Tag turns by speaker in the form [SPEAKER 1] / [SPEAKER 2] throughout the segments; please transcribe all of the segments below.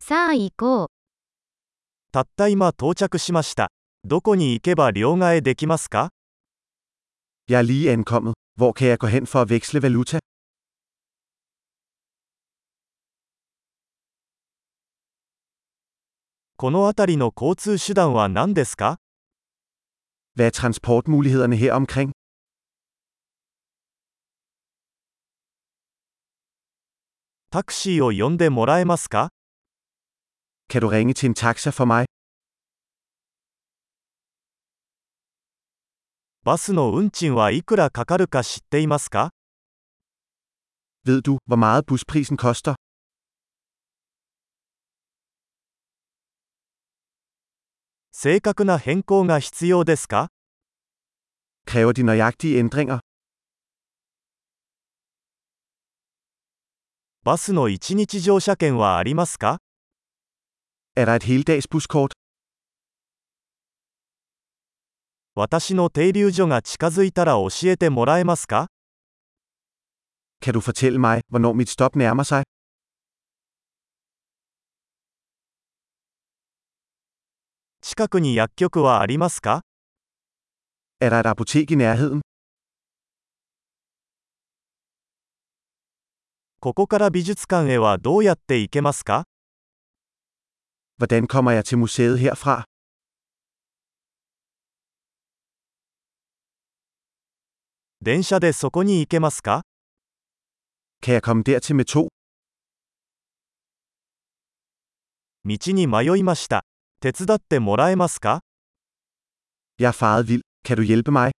[SPEAKER 1] さあ行こう。
[SPEAKER 2] たった今到着しました。どこに行けば両替できますか
[SPEAKER 3] Jeg er lige ankommet. Hvor kan jeg gå hen for at veksle valuta?
[SPEAKER 2] この辺りの交通手段は何ですか
[SPEAKER 3] Hvad er transportmulighederne her omkring?
[SPEAKER 2] タクシーを呼んでもらえますか
[SPEAKER 3] Kan du ringe til en taxa for mig?
[SPEAKER 2] バスの運賃はいくらかかるか知っていますか
[SPEAKER 3] Ved du, hvor meget busprisen koster?
[SPEAKER 2] 正確な変更が必要ですか
[SPEAKER 3] Kræver de nøjagtige ændringer?
[SPEAKER 2] バスの1日乗車券はありますか
[SPEAKER 3] Er der et heldags buskort?
[SPEAKER 2] 私の停留所が近づいたら教えてもらえますか
[SPEAKER 3] Kan du fortælle mig, hvornår mit stop nærmer sig?
[SPEAKER 2] 近くに薬局はありますか
[SPEAKER 3] Er der et apotek i nærheden?
[SPEAKER 2] ここから美術館へはどうやって行けますか
[SPEAKER 3] Hvordan kommer jeg til museet herfra?
[SPEAKER 2] 電車でそこに行けますか
[SPEAKER 3] Kan jeg komme dertil med to?
[SPEAKER 2] 道に迷いました。手伝ってもらえますか
[SPEAKER 3] Jeg er faret vild. Kan du hjælpe mig?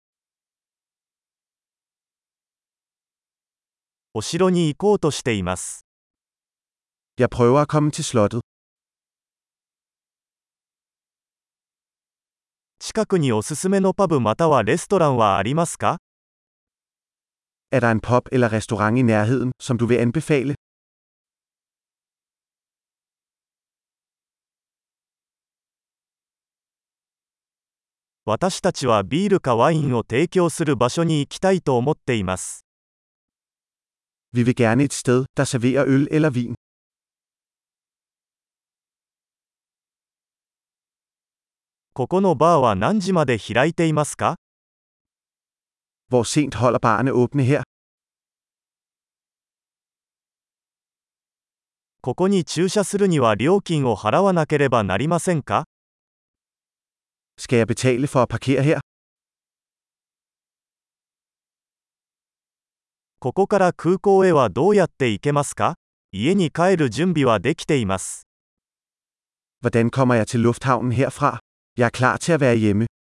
[SPEAKER 2] お城に行こうとしています。
[SPEAKER 3] Jeg prøver at komme til slottet.
[SPEAKER 2] 近くにおすすめのパブまたはレストランはありますか
[SPEAKER 3] Er der en pub eller restaurant i nærheden, som du vil anbefale?
[SPEAKER 2] 私たちはビールかワインを提供する場所に行きたいと思っています。
[SPEAKER 3] Vi vil gerne et sted, der serverer øl eller vin.
[SPEAKER 2] ここのバーは何時まで開いていますか
[SPEAKER 3] Hvor sent holder barne åbne her?
[SPEAKER 2] ここに駐車するには料金を払わなければなりませんか
[SPEAKER 3] Skal jeg betale for at parkere her?
[SPEAKER 2] ここから空港へはどうやって行けますか家に帰る準備はできています。
[SPEAKER 3] Hvordan kommer jeg til lufthavnen herfra? Jeg er klar til at være hjemme.